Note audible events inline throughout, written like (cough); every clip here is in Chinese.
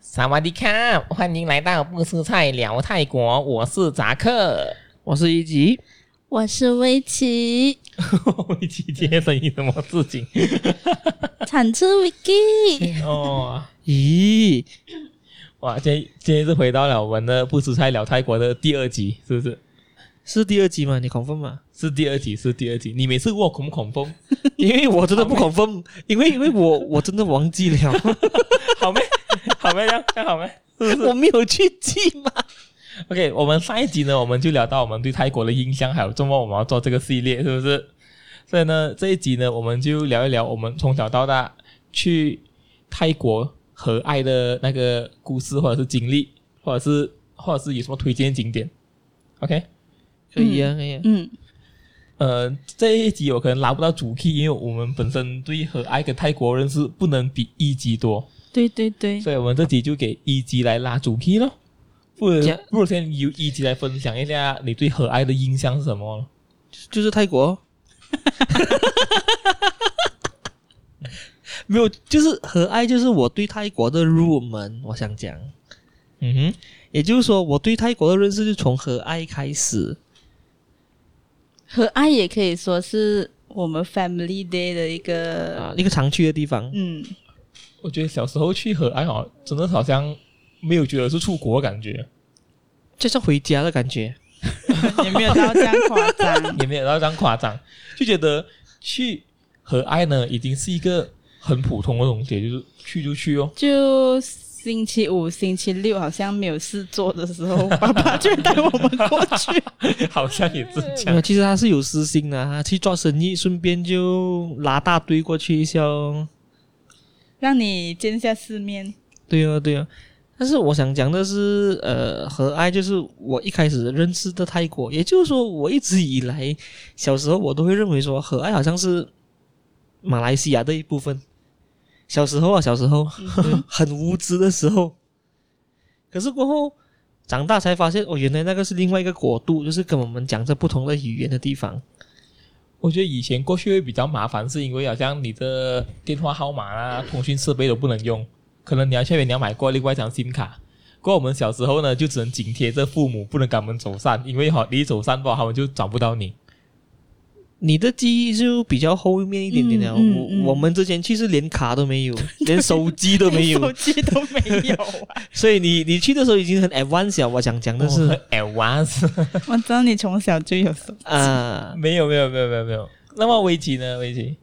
萨瓦迪卡，欢迎来到不吃菜聊泰国，我是扎克。我是一级， (laughs) 我是威奇，一起接生意什么事情？产出 Vicky，哦，咦，哇，今天今天是回到了我们的不吃菜聊泰国的第二集，是不是？是第二集吗？你恐风 (laughs) 吗？是第二集，是第二集。你每次问我恐不恐风，因为我真的不恐风，因为因为我我真的忘记了，好没？好没？这样这样好没？ (laughs) 我没有去记嘛。 OK，我们上一集呢，我们就聊到我们对泰国的印象，还有周末我们要做这个系列，是不是？所以呢，这一集呢，我们就聊一聊我们从小到大去泰国和爱的那个故事，或者是经历，或者是或者是有什么推荐景点。OK，可以啊，可以啊。 (laughs) 嗯，呃，这一集我可能拿不到主 key，因为我们本身对和爱跟泰国认识不能比一级多，对对对，所以我们这集就给一级来拉主 key 咯。不如这样不如先由一级来分享一下你对和爱的印象是什么咯？就是泰国， (laughs) 没有，就是和爱，就是我对泰国的入门，我想讲，嗯哼。也就是说，我对泰国的认识就从和爱开始。和爱也可以说是我们 Family Day 的一个，啊，一个常去的地方，嗯，我觉得小时候去和安好，真的好像没有觉得是出国的感觉，就像回家的感觉。 (laughs) 也没有到这样夸张，也没有到这样夸张，就觉得去和爱呢，已经是一个很普通的东西，就是去就去 (laughs) 哦。 (laughs) 就。星期五、星期六好像没有事做的时候，爸爸就会带我们过 (laughs) 去。好像也是这没有，样。其实他是啊有私心的，他去做生意，顺便就拉大堆过去一下哦。让你见一下世面。对哦，对哦。但是我想讲的是，呃，和爱就是我一开始认识的泰国，也就是说，我一直以来小时候我都会认为说，和爱好像是马来西亚的一部分。小时候啊，小时候嗯 (laughs) 很无知的时候，可是过后长大才发现，哦，原来那个是另外一个国度，就是跟我们讲着不同的语言的地方。我觉得以前过去会比较麻烦，是因为好像你的电话号码啊、通讯设备都不能用，可能你要去那边你要买过另外一张 SIM 卡。不过我们小时候呢，就只能紧贴着父母，不能跟他们走散，因为好你一走散吧，他们就找不到你。你的记忆就比较后面一点点了。嗯嗯嗯我我们之前去是连卡都没有，连手机都 (laughs) 没有手，机都没有啊！所以你你去的时候已经很 advanced 了。我想讲的是 (laughs) 哦很 advanced。 (laughs) 我知道你从小就有手啊、 (laughs) 没有没有没有没有没有。那么危机呢？危机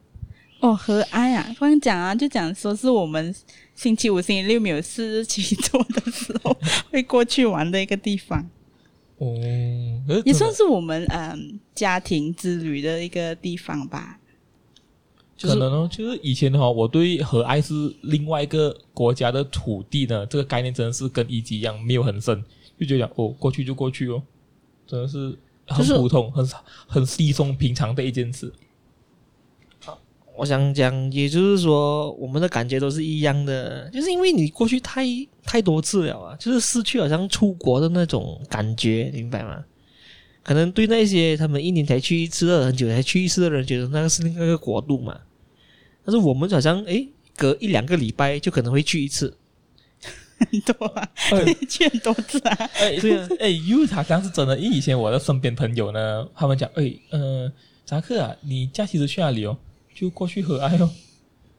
哦，和蔼啊！刚刚讲啊，就讲说是我们星期五、星期六没有事情做的时候会过去玩的一个地方，哦，也算是我们嗯家庭之旅的一个地方吧。可能哦，就是以前哈、哦，我对和爱是另外一个国家的土地呢，这个概念真的是跟一级一样没有很深，就觉得哦，过去就过去哦，真的是很就是普通、很很稀松平常的一件 (laughs) 事。我想讲，也就是说，我们的感觉都是一样的，就是因为你过去太太多次了啊，就是失去好像出国的那种感觉，明白吗？可能对那些他们一年才去一次的、很久才去一次的人，觉得那个是另外一个国度嘛。但是我们好像诶，隔一两个礼拜就可能会去一次，很多啊， (laughs) 去很多次啊。哎，对啊 (laughs) 哎，又好像是真的。因为以前我的身边朋友呢，他们讲，哎，呃，扎克啊，你假期是去哪里哦？就过去和爱哦。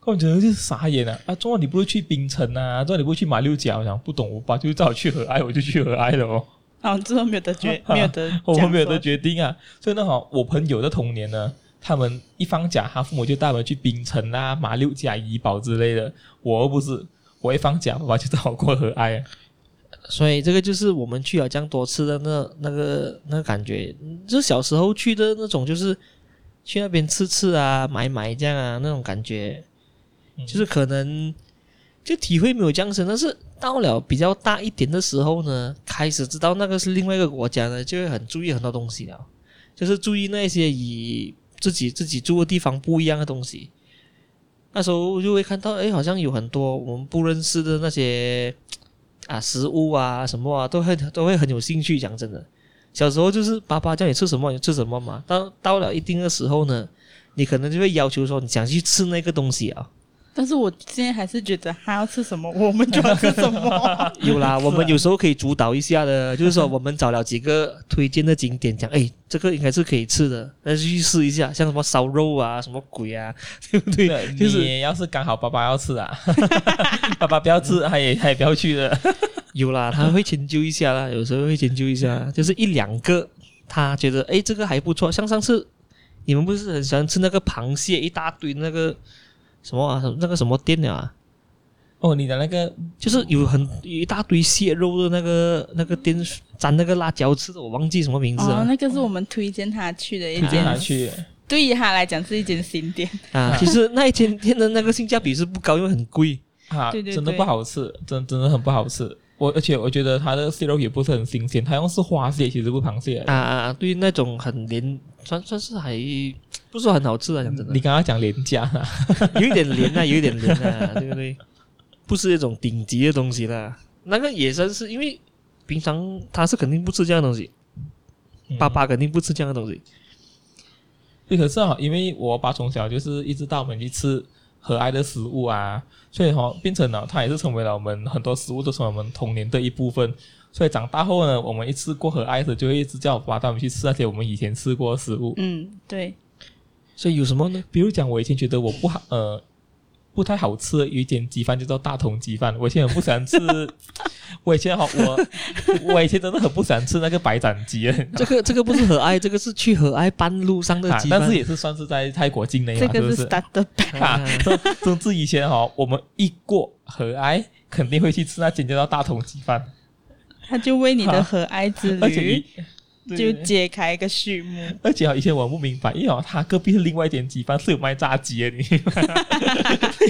我觉得就是傻眼了啊！中午你不是去槟城啊？中午你不是去马六甲？我想不懂，我爸就叫我去和爱，我就去和爱了哦。哦，之后没有得决，没有得讲啊 (laughs) 我说，们没有得决定啊。所以呢，哈，我朋友的童年呢，他们一放假，他父母就带我们去槟城啊、马六甲、怡保之类的。我又不是，我一放假，爸爸就带我过和爱啊。所以这个就是我们去了这样多次的那那个那个感觉，就是小时候去的那种，就是去那边吃吃啊、买买这样啊那种感觉，嗯就是可能就体会没有这样深，但是到了比较大一点的时候呢，开始知道那个是另外一个国家呢，就会很注意很多东西了，就是注意那些以自己自己住的地方不一样的东西。那时候就会看到，哎，好像有很多我们不认识的那些啊食物啊什么啊，都很都会很有兴趣。讲真的，小时候就是爸爸叫你吃什么你就吃什么嘛。到到了一定的时候呢，你可能就会要求说你想去吃那个东西啊。但是我现在还是觉得他要吃什么，我们就要吃 (laughs) 什啊么。有啦，我们有时候可以主导一下的，就是说我们找了几个推荐的景点，讲哎，这个应该是可以吃的，那就去试一下，像什么烧肉啊，什么鬼啊， (laughs) 对不 (laughs) 对？对，就是你要是刚好爸爸要吃啊， (laughs) 爸爸不要吃，哎他也他也不要去的。有啦，他会研究一下啦，有时候会研究一下，就是一两个，他觉得哎这个还不错，像上次你们不是很喜欢吃那个螃蟹一大堆那个什么啊，那个什么店了啊， (laughs) 哦，你的那个就是有很有一大堆蟹肉的那个那个店沾那个辣椒吃的，我忘记什么名字了、哦，那个是我们推荐他去的一推荐他间，去，对于他来讲是一间新店。啊，其实那一间店的那个性价比是不高，因为很贵。啊，对对真的对不好吃，真真的很不好吃。我而且我觉得它的蟹肉也不是很新鲜，它用是花蟹，其实不是螃蟹。啊啊，啊！对于那种很廉，算算是还不是很好吃啊，讲真的你，刚刚讲廉价、啊，有一点廉啊，有一点廉啊，对不对？不是那种顶级的东西啦，那个也算是，因为平常他是肯定不吃这样的东西，爸爸肯定不吃这样的东西。对，可是哈、因为我爸从小就是一直带我们去吃和蔼的食物啊，所以哈、变成了它也是成为了我们很多食物都成为我们童年的一部分。所以长大后呢，我们一吃过和蔼时，就会一直叫我爸带我们去吃那些我们以前吃过的食物。嗯，对，所以有什么呢？比如讲，我以前觉得我不好，呃，不太好吃的有一间鸡饭，就叫大同鸡饭。我以前很不喜欢吃，我以前好，我我以前真的很不喜欢吃那个白斩鸡啊，这 (laughs) 个这个不是和蔼，这个是去和蔼半路上的鸡但是饭。也是算是在泰国境内嘛，这个是不是是？ starter (laughs) pack 哈，甚甚至以前哈、我们一过和蔼，肯定会去吃那间叫大同鸡饭，他就为你的和蔼之啊而且旅以就对揭开一个序幕。而且啊，以前我不明白，因为啊，他隔壁是另外一间鸡饭是有卖炸鸡的，你明白吗 (laughs)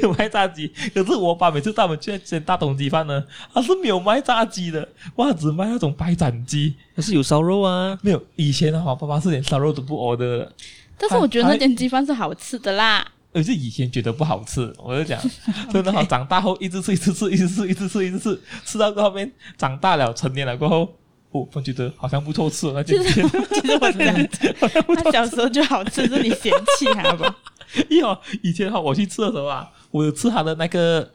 有卖炸鸡。可是我爸每次带我们去那间大同鸡饭呢，他是没有卖炸鸡的，哇，只卖那种白斩鸡。可是有烧肉啊，没有，以前的话，爸爸是连烧肉都不 order 的，但是我觉得那间鸡饭是好吃的啦。而且呃以前觉得不好吃，我就讲， (laughs) 真的好，长大后一直吃，一直吃，一直吃，一直吃，一直吃，吃到后面长大了，成年了过后。我我觉得好像不错吃哦，那间其实 (laughs) 店其实我想，他小时候就好吃，是你嫌弃他吧？因为哦以前哈我去吃的时候啊，我有吃他的那个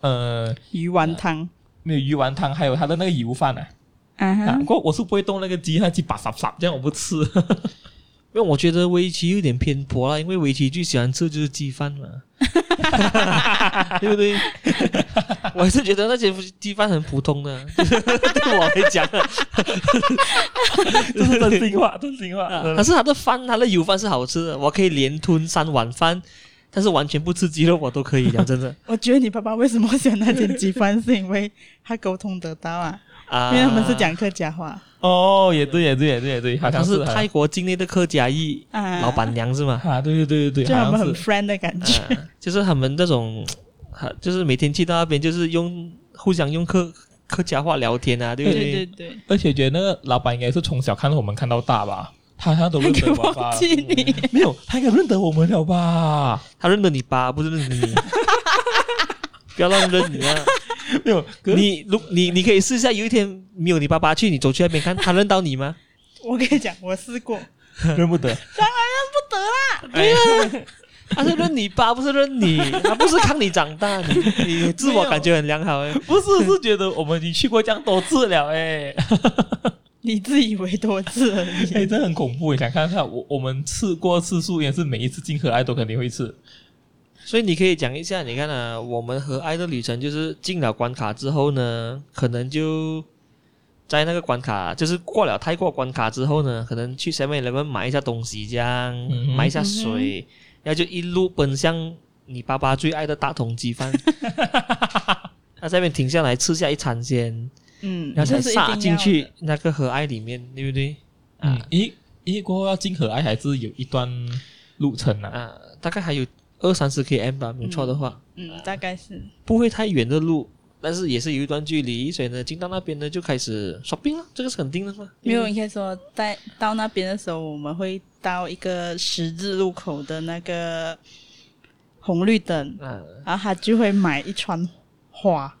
呃 (laughs) 鱼丸汤没有鱼丸汤，还有他的那个油饭啊。啊啊哈，不过我是不会动那个鸡，那鸡巴沙沙，这样我不吃。 (laughs) 因为我觉得围棋有点偏颇啦，因为围棋最喜欢吃的就是鸡饭 (laughs) 嘛，对不对？ (laughs) 我还是觉得那些鸡饭很普通的， (laughs) 对我来讲，这是真心话，真心话。嗯真的可是他的饭，他的油饭是好吃的，我可以连吞三碗饭，但是完全不吃鸡肉我都 (laughs) 可以讲真的我觉得你爸爸为什么喜欢那间鸡饭，是因为他沟通得到啊，啊，因为他们是讲客家话哦，也对，也对，也对，也对，好像他嗯是啊泰国境内的客家裔啊。老板娘是吗？啊，对对对对就对，他好们像很是 friend 的感觉，啊就是他们那种，啊就是每天去到那边就是用互相用客客家话聊天啊，对不对对？对对，而且觉得那个老板应该是从小看到我们看到大吧，他好像都他认给得我忘吧？记你， (laughs) 没有，他应该认得我们了吧？他认得你爸，不是认得你。不要乱认你啊！ (laughs) 没有，可是你如你你可以试一下，有一天没有你爸爸去，你走去那边看，他认到你吗？我跟你讲，我试过，不认不得。得啦，哎对啊， (laughs) 他是认你爸，不是认 (laughs) 你，他不是看你长大，你你自我感觉很良好哎、 (laughs) 不是，是觉得我们已经去过这样多次了哎、你自以为多次而 (laughs) 已。哎，这很恐怖。你想看看我我们吃过次数也是每一次进和爱都肯定会吃。所以你可以讲一下，你看啊，我们和爱的旅程就是进了关卡之后呢，可能就在那个关卡，就是过了泰国关卡之后呢，可能去 Seven Eleven 买一下东西，这样、嗯哼买一下水，然后就一路奔向你爸爸最爱的大桶鸡 (laughs) 饭。那这边停下来吃下一餐先，嗯，然后才这是一定撒要进的去那个和爱里面，对不对？啊、嗯，一一过后要进和爱还是有一段路程啊。啊，大概还有二三十 km 吧，没错的话。嗯，大概是不会太远的路，但是也是有一段距离，所以呢，进到那边呢就开始 shopping 了，这个是肯定的嘛。没有，应该说在到那边的时候，我们会到一个十字路口的那个红绿灯，啊然后他就会买一串花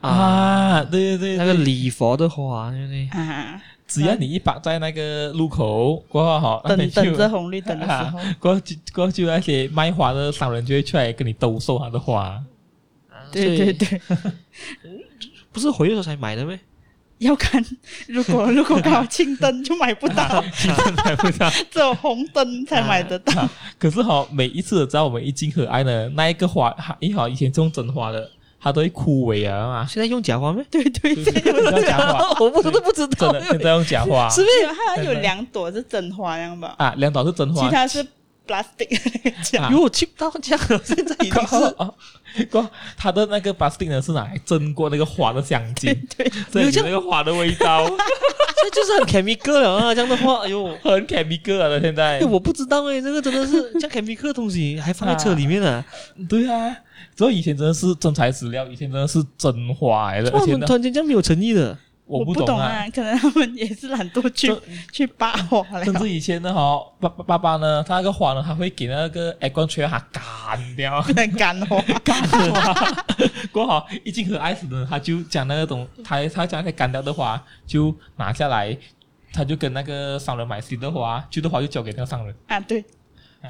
啊，啊对对对，那个礼佛的花，对不对？啊，只要你一把在那个路口过后好，那等边就啊等着红绿灯的时候，过后就过后就那些卖花的商人就会出来跟你兜售他的花。啊对对，所以对，不是回的时候才买的咩？要看如 (laughs) 果如果搞青灯就买不到，买不到。只有红灯才买得到。可是哈、每一次只要我们一进可爱呢，那一个花，因为哈以前种真花的，它都会枯萎啊 (laughs) 嘛。现在用假花咩？对对对对，对对不要讲话 (laughs) 我不都不知真道，的，现在用假花是没有，它好像真的有两朵是真花那样吧，啊，两朵是真其花。他是 plastic 这样。啊因为我 cheap 到这样了，现在已 (laughs) (laughs) 经是啊，过它的那个 plastic 呢是拿来蒸过那个花的香精， (laughs) 对，所以有那个花的味 (laughs) 道这就是很 chemical 了啊！这样的话，哎呦。很 chemical 了。现在哎，我不知道哎，这个真的是 (laughs) 像 chemical 的东西还放在车里面呢、啊，对啊，所以以前真的是真材实料，以前真的是真花来的，哇，而我且们呢突，然间这样没有诚意的，我不不懂啊。啊，可能他们也是懒惰去这去扒花了甚。至以前呢，哈，爸爸爸爸呢，他那个花呢，他会给那个 air con 吹它干掉，不能干花，过后一进和爱死呢，他就将那个东，他他将那干掉的花就拿下来，他就跟那个商人买新的花，旧的花就交给那个商人。啊，对，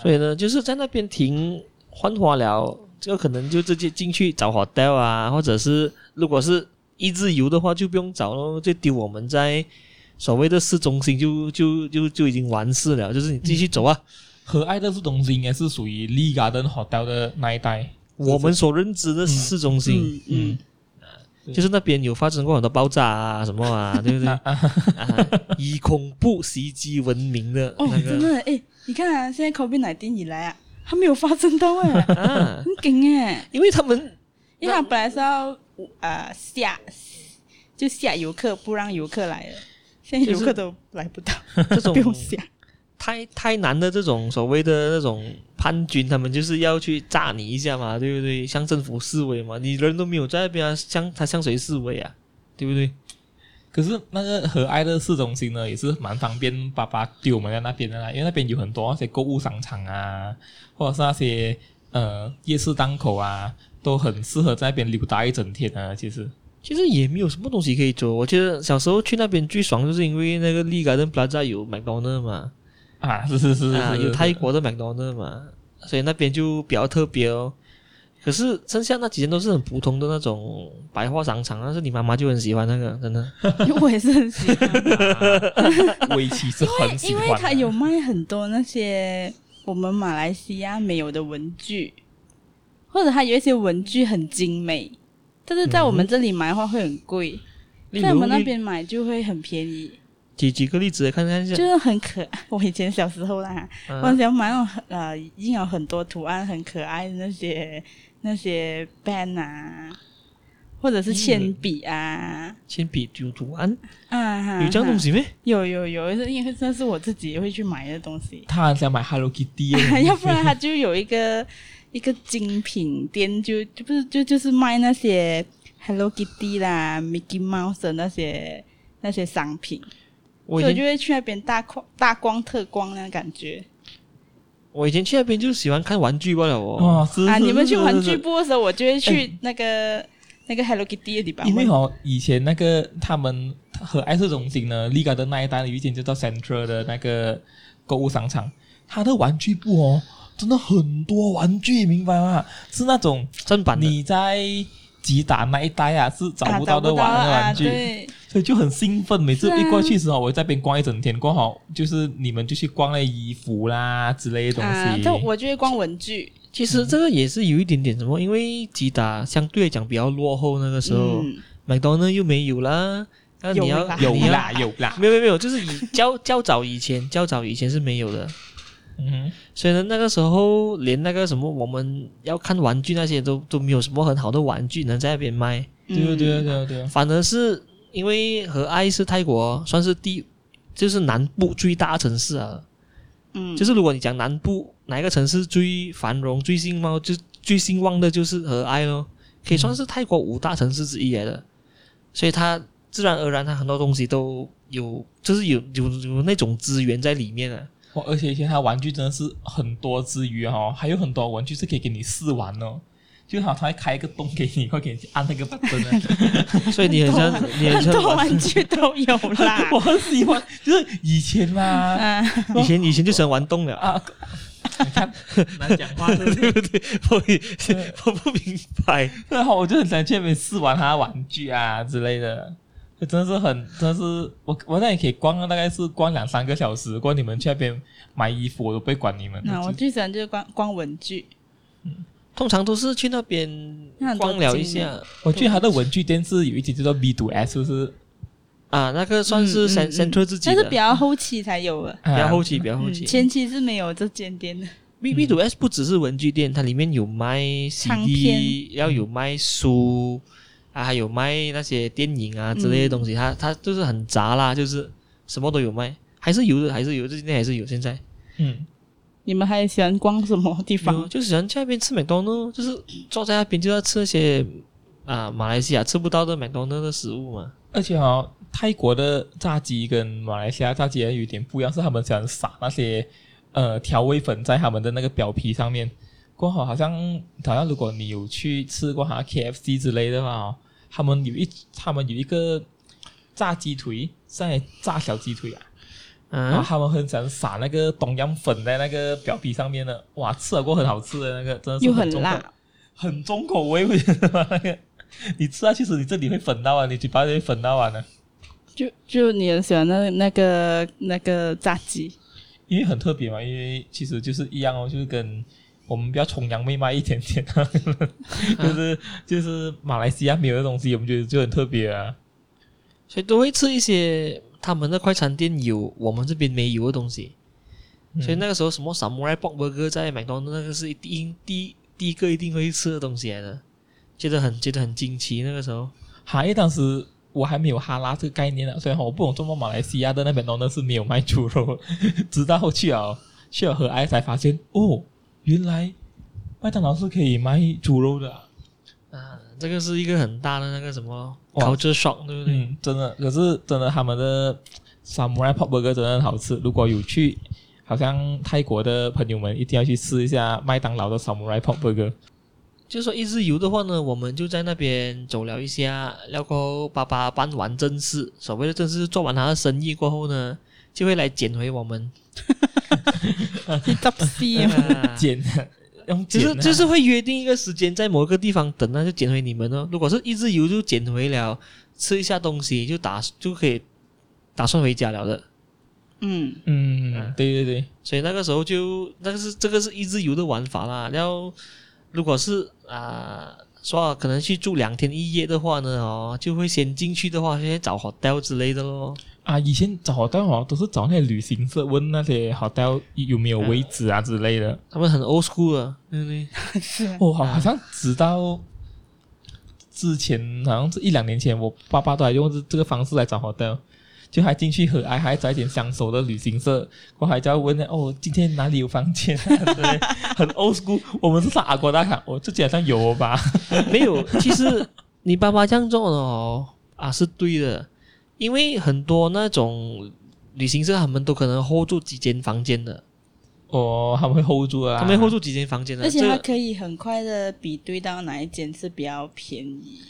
所以呢，就是在那边停换花了，这个可能就直接进去找 hotel 啊，或者是如果是一日游的话，就不用找咯，就丢我们在所谓的市中心就就就就已经完事了，就是你继续走啊。和爱的市中心应该是属于 Lee Garden Hotel 的那一带。我们所认知的市中心，嗯嗯，嗯就是那边有发生过很多爆炸啊什么 (laughs) 啊，对不对？啊，以恐怖袭击闻名的哦那，真个的，哎，你看啊，现在 COVID 1 9以来啊，还没有发生到 (laughs) 哎，啊，很劲哎，因为他们因为他本来是要呃吓，就吓游客，不让游客来了，现在游客都来不到，这种不用吓，太太难的这种所谓的那种叛军，他们就是要去炸你一下嘛，对不对？向政府示威嘛，你人都没有在那边、啊，向他向谁示威啊？对不对？可是那个和爱的市中心呢，也是蛮方便爸爸丢我们在那边的啦，因为那边有很多那些购物商场啊，或者是那些呃夜市档口啊，都很适合在那边溜达一整天啊。其实，其实也没有什么东西可以做。我觉得小时候去那边最爽，就是因为那个利嘎登 plaza 有 McDonald 嘛，啊， (laughs) 是是是啊，是，有是泰国的 McDonald 嘛，所以那边就比较特别哦。可是剩下那几间都是很普通的那种百货商场，但是你妈妈就很喜欢那个，真的。因为我也是很喜 (laughs) 欢。啊围棋是很喜因欢为的，他有卖很多那些我们马来西亚没有的文具，或者他有一些文具很精美，但是在我们这里买的话会很贵，嗯例在我如们那边买就会很便宜，举举个例子来看看一下就，是很可爱。我以前小时候啦，啊我很想买那种很呃印有很多图案、很可爱的那些那些 pen 啊，或者是铅笔啊，铅笔有图案。啊，有这样东西咩？有有有，是因为那是我自己会去买的东西。他很想买 Hello Kitty，耶啊要不然他就有一个一个精品店，就就不是就就是卖那些 Hello Kitty 啦、Mickey Mouse 的那些那些商品，我所以以我就会前去那边大光大光特光那感觉我以前去那边就喜欢看玩具罢了哦。 (laughs) 哦，是啊。是你们去是玩是具是部的时候，我就会去那个、那个 Hello Kitty 的地方因为问。哦，以前那个他们和爱市中心呢，利嘎的那一单有一间就叫 Central 的那个购物商场，它的玩具部哦，真的很多玩具，明白吗？是那种正版的，你在吉打那一带啊，是找啊不找到的不到玩的啊！玩具，对，所以就很兴奋。每次是啊一过去的时候，我在那边逛一整天，逛好就是你们就去逛那衣服啦之类的东啊，西。这我就会逛文具。其实这个也是有一点点什么，因为吉打相对来讲比较落后，那个时候嗯，麦当劳又没有啦。那你要有啦有你要啦有啦，没有没有没有，就 (laughs) 是以较较早以前，较早以前是没有的。嗯所以呢，那个时候连那个什么我们要看玩具那些都都没有什么很好的玩具能在那边卖，哼，对哦对哦嗯对哦对哦，反而是因为和爱是泰国算是第就是南部最大城市啊，嗯，就是如果你讲南部哪一个城市最繁荣、最兴茂、就最兴旺的，就是和爱咯，可以算是泰国五大城市之一来的。所以它自然而然，它很多东西都有，就是有有有那种资源在里面啊。 (laughs) 哇，而且以前它玩具真的是很多之余哦，还有很多玩具是可以给你试玩哦。就好，他会开一个洞给你，会给你按那个 button 啊。。所以你很像，你很啊很像多玩，玩具都 (laughs) 有 (laughs) 啦 (laughs) 我很喜欢，就是以前嘛，啊，以前以前就喜欢玩动了，啊，你看难讲话，对不对对不对？我也是 (laughs) 我不明白， (laughs) 然后我就很想去那边试玩他的玩具啊之类的，就真的是很，真的是我我那里可以逛，大概是逛两三个小时。逛你们去那边买衣服，我都不会管你们。那我就最喜欢就是逛逛文具，通常都是去那边那很多逛了一经下验我记得他的文具店是有一集叫做 B to S，是不是？啊，那个算嗯是嗯 cen 嗯 center 自己但的，是比较后期才有的，比较后期。期，比较后期嗯。前期是没有这间店的。 B B to S 不只是文具店，它里面有卖唱 CD，要有卖书啊，还有卖那些电影啊之类的东西。它它就是很杂啦，就是什么都有卖，还是有的，还是有的，今天还是有。现在嗯，你们还喜欢逛什么地有方？就喜欢去那边吃麦当劳，就是坐在那边就要吃那些啊马来西亚吃不到的麦当劳的食物嘛。而且哦，泰国的炸鸡跟马来西亚炸鸡也有点不一样，是他们喜欢撒那些呃调味粉在他们的那个表皮上面。过后好像好像如果你有去吃过哈 KFC 之类的话、哦，他们有一他们有一个炸鸡腿在炸小鸡腿啊，然后啊，他们很喜欢撒那个东阳粉在那个表皮上面的，哇，吃了过后很好吃的那个，真的是又很很重口辣，很重口味，我觉得 (laughs) 那个你吃下去时你这里会粉到啊，你嘴巴里会粉到啊的。就就你很喜欢那那个那个炸 (laughs) 鸡，因为很特别嘛，因为其实就是一样哦，就是跟我们比较崇洋媚外一点点、啊， (laughs) 就是就是马来西亚没有的东西，我们觉得就很特别啊。所以都会吃一些他们的快餐店有我们这边没有的东西。嗯所以那个时候什么 Samurai Pork Burger 在麦当劳那个是一定第一第一个一定会吃的东西来的，觉得很觉得很惊奇。那个时候哈，因为当时我还没有哈拉这个概念呢、啊虽然我不懂，中国马来西亚的那边东呢是没有卖猪肉， (laughs) 直到后去了去了和爱才发现哦，原来麦当劳是可以卖猪肉的啊、啊，这个是一个很大的那个什么哇 culture shock，对不对？嗯，真的，可是真的他们的 samurai pork burger 真的很好吃。如果有去，好像泰国的朋友们一定要去试一下麦当劳的 samurai pork burger。就说一日游的话呢，我们就在那边走了一下，然后爸爸办完正事，所谓的正事做完他的生意过后呢，就会来捡回我们，你炸鸡 (laughs) 吗？啊剪，用剪、就是啊，就是会约定一个时间，在某一个地方等，那就捡回你们哦。如果是一日游，就捡回了，吃一下东西就打就可以打算回家了的。嗯， (laughs) 嗯，对对对，所以那个时候就那个是这个是一日游的玩法啦。然后如果是啊、说可能去住两天一夜的话呢，哦，就会先进去的话，先找 hotel 之类的咯。啊，以前找 hotel 好像都是找那些旅行社问那些 hotel 有没有位置啊之类的。他们很 old school 啊，对不对？是啊哦，好，好像直到之前，好像是一两年前，我爸爸都还用这这个方式来找 hotel，就还进去和蔼，还找一点相熟的旅行社，我还就要问哦，今天哪里有房间、啊？ (laughs) 对，很 old school。我们是上阿国大卡，我、自己好像有吧？ (laughs) 没有，其实你爸爸这样做的哦，啊是对的，因为很多那种旅行社他们都可能 hold 住几间房间的，哦，他们会 hold 住啊，他们 hold 住几间房间的，而且这它个可以很快的比对到哪一间是比较便宜，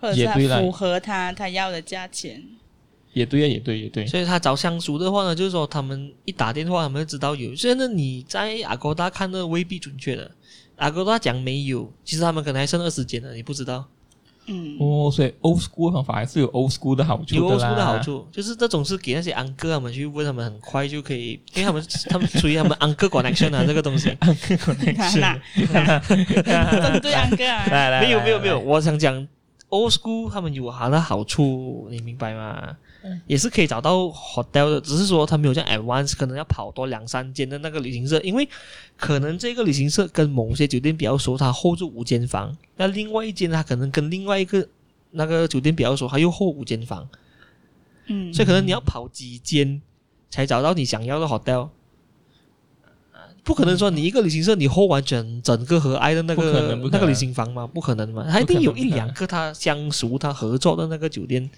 或者也是对它啦符合他他要的价钱。也对啊，也对，也对。所以他找相熟的话呢，就是说他们一打电话，他们就知道有。虽然呢你在阿哥大看的未必准确的，阿哥大讲没有，其实他们可能还剩二十间呢，你不知道。嗯，哦，所以 old school 方法还是有 old school 的好有处 old 啦。 school (laughs) 的好处，就是这种是给那些 uncle 他们去问，他们很快就可以，因为他们 (laughs) 他们属于他们 uncle connection 啊这个东西。 (laughs) 哪哪哪针对安哥 (laughs) 啊，来来，没有来没有没有，来我想讲 old school 他们有它的好处，你明白吗？也是可以找到 hotel 的，只是说他没有像 advance，可能要跑多两三间的那个旅行社，因为可能这个旅行社跟某些酒店比较熟，他 hold 住五间房，那另外一间他可能跟另外一个那个酒店比较熟，他又 hold 五间房，嗯，所以可能你要跑几间才找到你想要的 hotel。不可能说你一个旅行社你 hold 完整整个和爱的那不可个能不可能那个旅行房嘛，不可能嘛，他一定有一不可能两个他相熟他合作的那个酒店，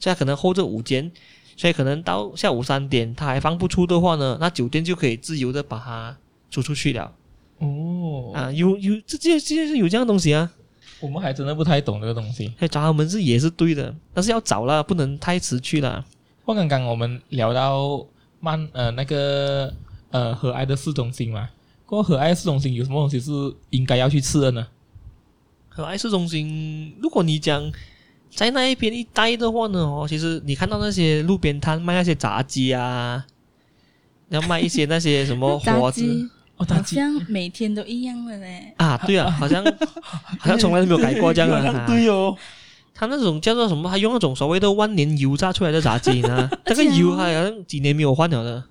所以他可能 hold 这五间，所以可能到下午三点他还放不出的话呢，那酒店就可以自由的把它租出去了，哦，啊，有有这这这就是有这样的东西啊，我们还真的不太懂这个东西。哎，找他们是也是对的，但是要早了，不能太迟去了。不过刚刚我们聊到慢呃那个呃和蔼的市中心嘛，过后和蔼市中心有什么东西是应该要去吃的呢？和爱市中心，如果你讲在那一边一待的话呢，哦，其实你看到那些路边摊卖那些炸鸡啊，要卖一些那些什 (laughs) 么炸火鸡鸡哦，炸好鸡像每天都一样的嘞。啊，对啊， (laughs) 好像好像从来都没有改过这样好像啊。对哦，他那种叫做什么？他用那种所谓的万年油炸出来的炸鸡 (laughs) 呢，那个而且啊油还好像几年没有换了的。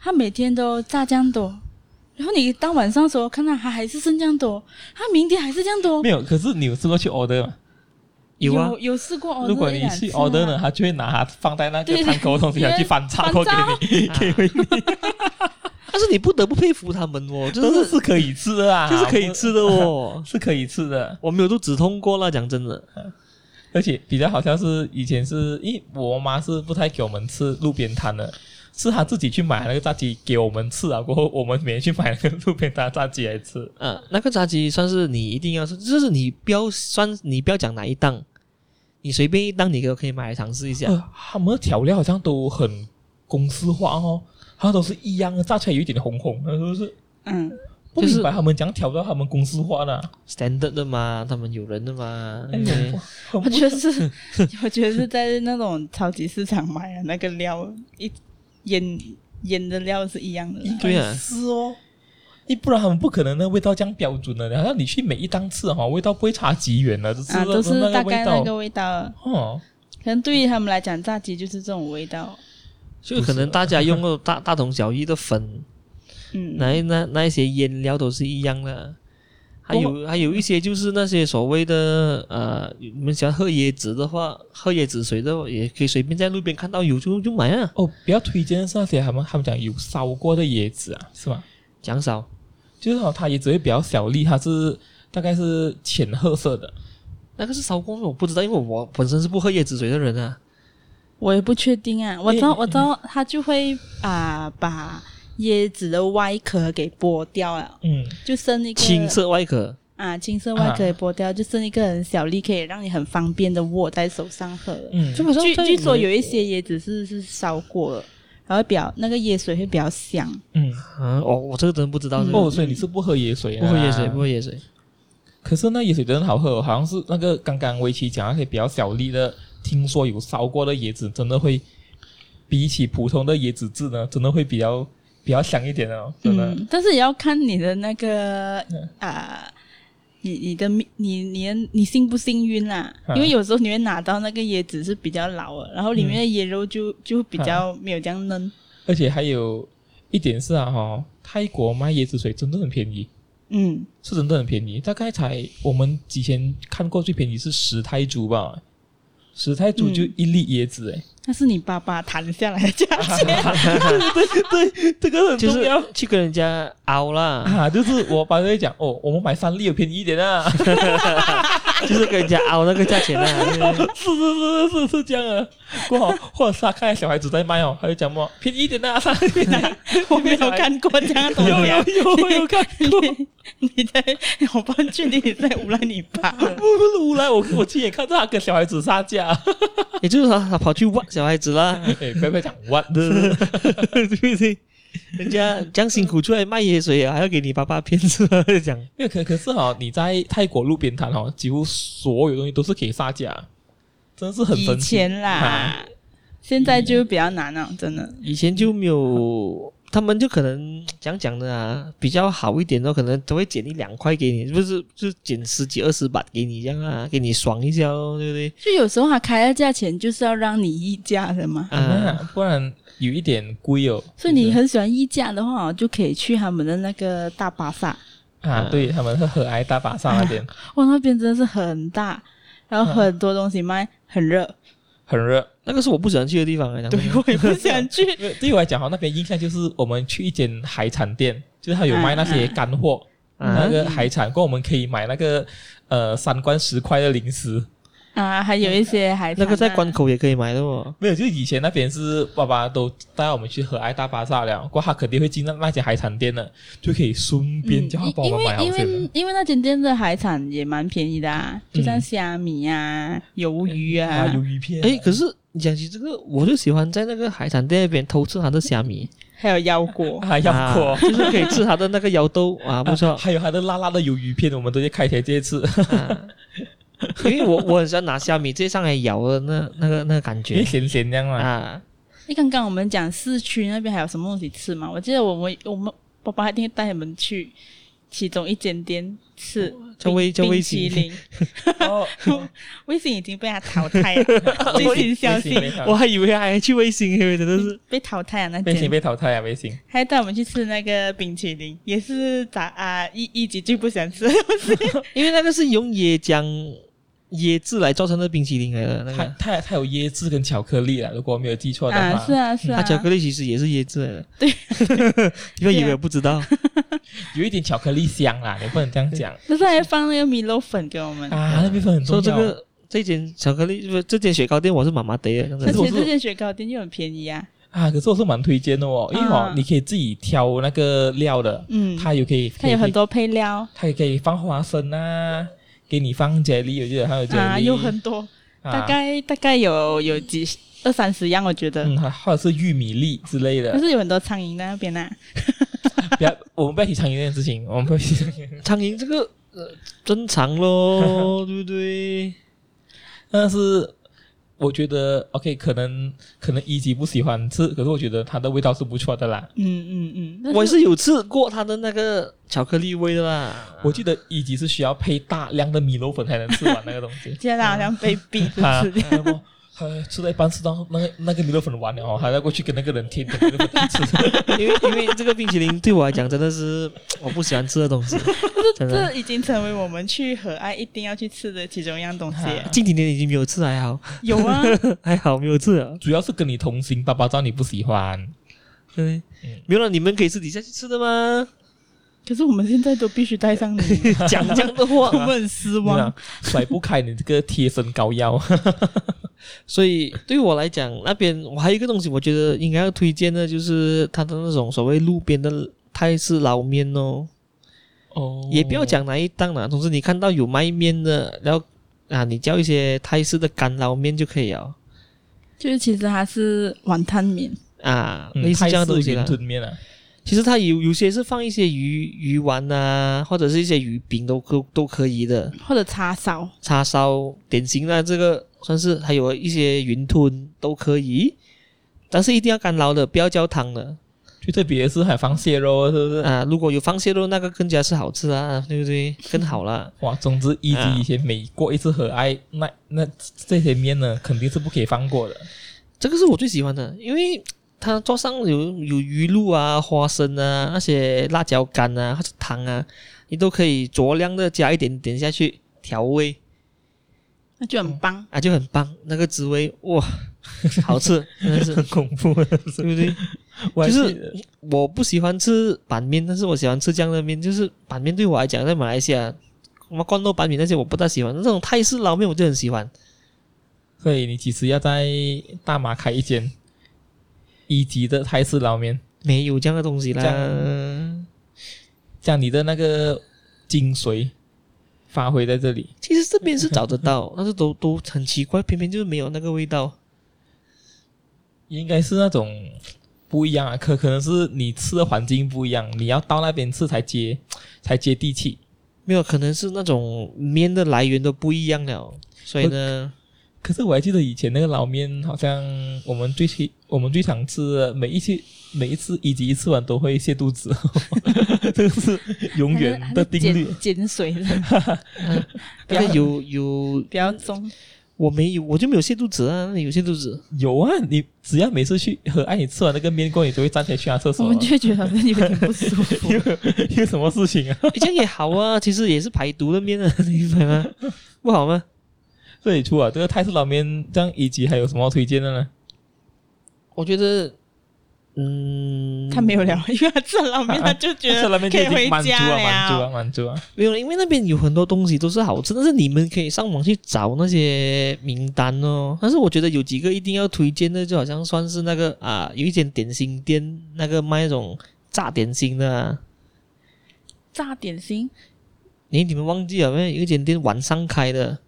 他每天都炸酱多，然后你到晚上的时候看到他还是剩酱多，他明天还是酱多没。有。可是你有试过去 order 吗？有啊，有试过 order 如果一你两去次 order 呢，啊，他就会拿它放在那对个对摊口的东西，对然后去翻炒翻过给你，给 (laughs) 回你。 (laughs) 但是你不得不佩服他们哦， (laughs) 就真的是是可以吃的啊，。就是可以吃的哦是可以吃的。 (laughs) 我没有肚子痛过了，讲真的。而且比较好像是以前是，因为我妈是不太给我们吃路边摊的，是她自己去买那个炸鸡给我们吃啊，过后我们每天去买那个路边摊炸鸡来 (laughs) 吃。呃，那个炸鸡算是你一定要吃，就是你不要算你不要讲哪一档，你随便一档你都可以买来尝试一下。呃，他们的调料好像都很公式化哦，好像都是一样的，炸出来有一点红红的，是不是？嗯，不就是明白他们讲调料，他们公式化的、啊。 standard 的嘛，他们有人的嘛。哎对呦，很我不觉得是，我觉得是在那种超级市场买的那个料，一腌腌的料是一样的啦。对啊，是哦。一不然他们不可能那味道这样标准的，好像你去每一档吃哈、味道不会差几远的，只是啊，都都是是那大个概味那道。个味道。哦，可能对于他们来讲，炸鸡就是这种味道。就可能大家用的大大同小异的粉，嗯，那一那那一些腌料都是一样的。还有还有一些就是那些所谓的呃，你们喜欢喝椰子的话，喝椰子水的话也可以随便在路边看到有就就买啊，哦，比较推荐的是那些他们他们讲有烧过的椰子啊，是吗？讲少。就是哦，它椰子会比较小粒，它是大概是浅褐色的。那个是烧光，我不知道，因为我本身是不喝椰子水的人啊。我也不确定啊。我知道，诶我知道，他就会啊、把椰子的外壳给剥掉了，嗯，就剩一个青色外壳，啊，青色外壳给剥掉，就剩一个很小粒，可以让你很方便的握在手上喝了。嗯基本上据在据说有一些椰子是是烧过了，然后比较那个椰水会比较香。嗯。啊，哦，我这个真的不知道这个，哦，所以你是不喝椰水、啊？不喝椰水，不喝。椰水，可是那椰水真的好喝、哦，好像是那个刚刚围棋讲那些比较小粒的，听说有烧过的椰子，真的会比起普通的椰子汁呢，真的会比较比较香一点哦，真的。嗯，但是也要看你的那个嗯啊、你你的命你你的你幸不幸运啦、啊因为有时候你会拿到那个椰子是比较老的，然后里面的嗯椰肉就、就比较没有这样嫩。而且还有一点是啊，哈、哦，泰国卖椰子水真的很便宜。嗯，是真的很便宜，大概才我们之前看过最便宜是十泰铢吧，十泰铢就一粒椰子哎、那是你爸爸谈下来的价钱。 (laughs) 这个很就是去跟人家凹 (laughs) 啦，啊，就是我爸就会讲哦，我们买三粒有便宜一点啊，是就是跟人家凹那个价钱 (laughs) 啦。(laughs) 是是是是是这样啊，过后或者是他看见小孩子在卖哦，他就讲嘛便宜一点 (laughs) 啊，三粒我没有看过这样的东 (laughs) 西啊。有有看过，你你在，我不确定你在诬赖你爸。 (laughs) 不是无赖，我我亲眼看到他跟小孩子杀 (laughs) 价，也就是说，他跑去挖小孩子啦，哎，不要不要讲 what 的， (laughs) 对不对？人家这样辛苦出来卖椰水啊，还要给你爸爸骗子啊，讲因为可可是哈、你在泰国路边摊哦，几乎所有东西都是可以杀价，真的 (laughs) 是很以神奇。前 (laughs) 啦啊，现在就比较难了，真的。以前就没有。他们就可能讲讲的啊，比较好一点的，可能都会减一两块给你，不是就减十几二十把给你这样啊，给你爽一下咯，对不对？就有时候他开的价钱就是要让你议价的嘛，啊，啊，不然有一点贵哦。所以你很喜欢议价的话，就可以去他们的那个大巴萨，嗯啊，对，他们是和挨大巴萨那 (laughs) 边哇，那边真的是很大，然后很多东西卖，很热。很热。那个是我不喜欢去的地方啊。讲对真的我也不想去因为对我来讲哈，那边印象就是我们去一间海产店，就是他有卖那些干货，啊那个海产，过后我们可以买那个呃三罐十块的零食。啊，还有一些还那个在关口也可以买的哦。没有，就是以前那边是爸爸都带我们去和爱大巴萨了，过后他肯定会进那那间海产店的，就可以顺便叫他帮我嗯因们买为好因些的为。因为那间店的海产也蛮便宜的、啊，就像虾米啊、鱿鱼啊，啊，鱿鱼片，哎，可是你讲起这个，我就喜欢在那个海产店那边偷吃他的虾米，还有腰果。还要过啊，就是可以吃他的那个腰豆啊，(laughs) 不错。还有它的辣辣的鱿鱼片，我们都去开台这一次，啊因为我我很喜欢拿虾米直接上来咬的那那个那个感因 (laughs) 为觉咸咸这样嘛。啊，哎，刚刚我们讲市区那边还有什么东西吃嘛？我记得我们我们爸爸一定会带你们去其中一间店吃叫味叫味冰淇。精淋， (laughs) 哦，微信已经被他淘汰 (laughs) 了，最新消息我还以为还去卫星，因为真的 (laughs) 是被淘汰了那微信间，被淘汰啊，微信。还带我们去吃那个冰淇淋，也是咋啊一一集最不想吃的东西。因为那个是用椰浆椰制来做成的冰淇淋来的那它个。它它有椰子跟巧克力啊，如果我没有记错的话。啊，是啊是啊，它巧克力其实也是椰制来的， (laughs) 对，不要以为我不知道，有一点巧克力香啦，你不能这样讲就是还放那个米露粉给我们。啊，那部分很重说要。这个这间巧克力不，这间雪糕店我是麻麻得的，真而的是我且是这间雪糕店又很便宜啊，啊，可是我是蛮推荐的哦，因为哦啊，你可以自己挑那个料的，嗯，它有可以，它有很多，多配料它也可以放花生啊，给你放 jelly，我记得还有 jelly，啊，有很多，啊大概大概有有几二三十样，我觉得。嗯，还或者是玉米粒之类可的。是有很多苍蝇在那边啊，不要，我们不要提倡这件事情，我们不要提倡。苍蝇这个呃正 (laughs) 常咯，对不对？但是我觉得 OK，可能可能一级不喜欢吃，可是我觉得它的味道是不错的啦。嗯嗯嗯，但。我也是有吃过它的那个巧克力味的啦，我记得一级是需要配大量的米露粉才能吃完那个东西 (laughs) 接下来好像被逼着啊 (laughs) 吃，然后呃，吃到一半吃到那个那个米露粉完了哦，还要过去跟那个人贴给米露粉吃。因为因为这个冰淇淋对我来讲真的是我不喜欢吃的东西，真的这。已经成为我们去和爱一定要去吃的其中一样东西。啊近几年已经没有吃，还好， (laughs) (laughs) 有啊，还好没有吃啊了。主要是跟你同行，爸爸知道你不喜欢。对嗯，没有了，你们可以私底下去吃的吗？可是我们现在都必须带上你，讲这样的话我，们很失你望啊。甩不开你这个贴身膏 (laughs) 药。所以对我来讲，那边我还有一个东西，我觉得应该要推荐的，就是它的那种所谓路边的泰式捞面哦，哦也不要讲哪一档啦，总之你看到有卖面的，然后啊，你叫一些泰式的干捞面就可以了 (laughs) 就是其实它是碗汤面，啊，嗯类似这样的东泰式西啦云。吞面啊，其实它有有些是放一些鱼鱼丸啊，或者是一些鱼饼都都都可以的。或者叉烧，叉烧典型的这个算是，还有一些云吞都可以，但是一定要干捞的，不要浇汤的最特别的是还放蟹肉，是不是？啊。如果有放蟹肉，那个更加是好吃啊，对不对？更好啦。哇，总之，一级以前每过一次和爱，那那这些面呢，肯定是不可以放过的。这个是我最喜欢的，因为它桌上有有鱼露啊、花生啊、那些辣椒干啊或者汤啊，你都可以酌量的加一点点下去调味那就很棒。啊，就很棒。那个滋味哇，好吃，真的是恐怖，对不对？我还就记是得我不喜欢吃板面，但是我喜欢吃这样的面。就是板面对我来讲，在马来西亚，什么罐头板面那些我不大喜欢，那种泰式捞面我就很喜欢。所以你几时要在大马开一间一级的泰式捞面？没有这样的东西啦这，将你的那个精髓发挥在这里。其实这边是找得到，但是都都很奇怪，偏偏就是没有那个味道。应该是那种不一样啊，可可能是你吃的环境不一样，你要到那边吃才接才接地气。没有，可能是那种面的来源都不一样了，所以呢，可是我还记得以前那个捞面，好像我们最去我们最常吃的每一次每一次以及一次完都会泻肚子， (laughs) 这个是永远的定律。减减水的不要那个有有比较重，我没有，我就没有泻肚子啊，有泻 (laughs) 肚子，有啊，你只要每次去和爱你吃完那个面过后，你都会站起来去下厕我所 (laughs) 们。就会觉得好像有点不舒服。有什么事情啊？ (laughs) 诶这样也好啊，其实也是排毒的面啊，你明白吗？不好吗？所以除了 (laughs) 这个泰式捞面，这样以及还有什么推荐的呢？我觉得 (laughs) 嗯，他没有聊，因为他吃了拉面，他就觉吃得了面啊可就已以回经满足家了，满足了了，。满足啊了。没有，因为那边有很多东西都是好吃，但是你们可以上网去找那些名单哦。但是我觉得有几个一定要推荐的，就好像算是那个啊，有一间点心店，那个卖那种炸点心的、啊，炸点心，你你们忘记了没？有一间店晚上开的，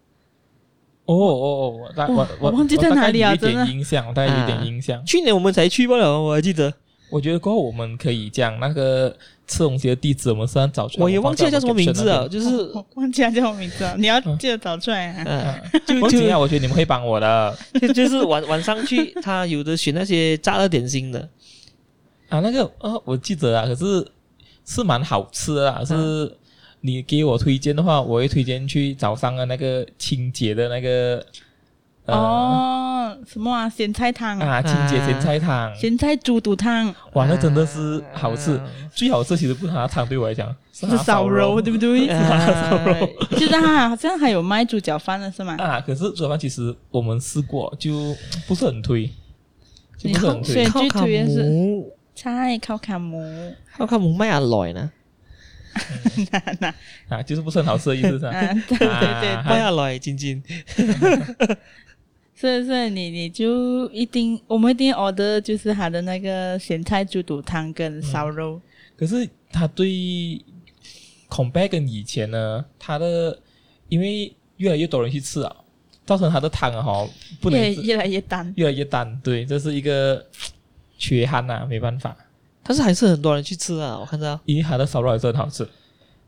哦哦哦，我大我哇我忘记我在大概哪里啊有一点真的印象，我大概有一点啊印象。去年我们才去罢了，我还记得，我觉得过后我们可以讲那个吃东西的地址，我们虽然找出来，我也忘记了了叫什么名字了，了。就是我哦我忘记他叫什么名字了，嗯你要记得找出来啊。 (laughs) 嗯、不就紧就要，我觉得你们会帮我的。就就是晚晚上去，他有的选那些炸的点心的，啊，那个呃，我记得啊，可是是蛮好吃的啊，是你给我推荐的话，我会推荐去早上的那个清洁的那个呃、哦，什么啊？咸菜汤啊，啊，清啊洁啊咸菜汤，咸菜猪肚汤哇，那真的是好吃。啊最好吃其实不是它的汤，对我来讲是它是的烧肉，肉对不对？ (laughs) 啊就是他好像还有卖猪脚饭的是吗？啊。可是煮饭其实我们试过，就不是很推，就你不是靠很所推以。烤最烤推的是母，菜烤卡姆，烤烤母卖啊来呢，那那啊，就是不是很好吃的意思是吧？嗯， (laughs) 对对对啊，卖啊来晶晶。所以所以你你就一定，我们一定 order 就是他的那个咸菜猪肚汤跟烧肉，可是他对孔贝跟以前呢，他的因为越来越多人去吃啊，造成他的汤啊哈不能越吃越来越淡。越来越淡，对，这是一个缺憾呐、没办法，但是还是很多人去吃啊，我看到因为他的烧肉还是很好吃。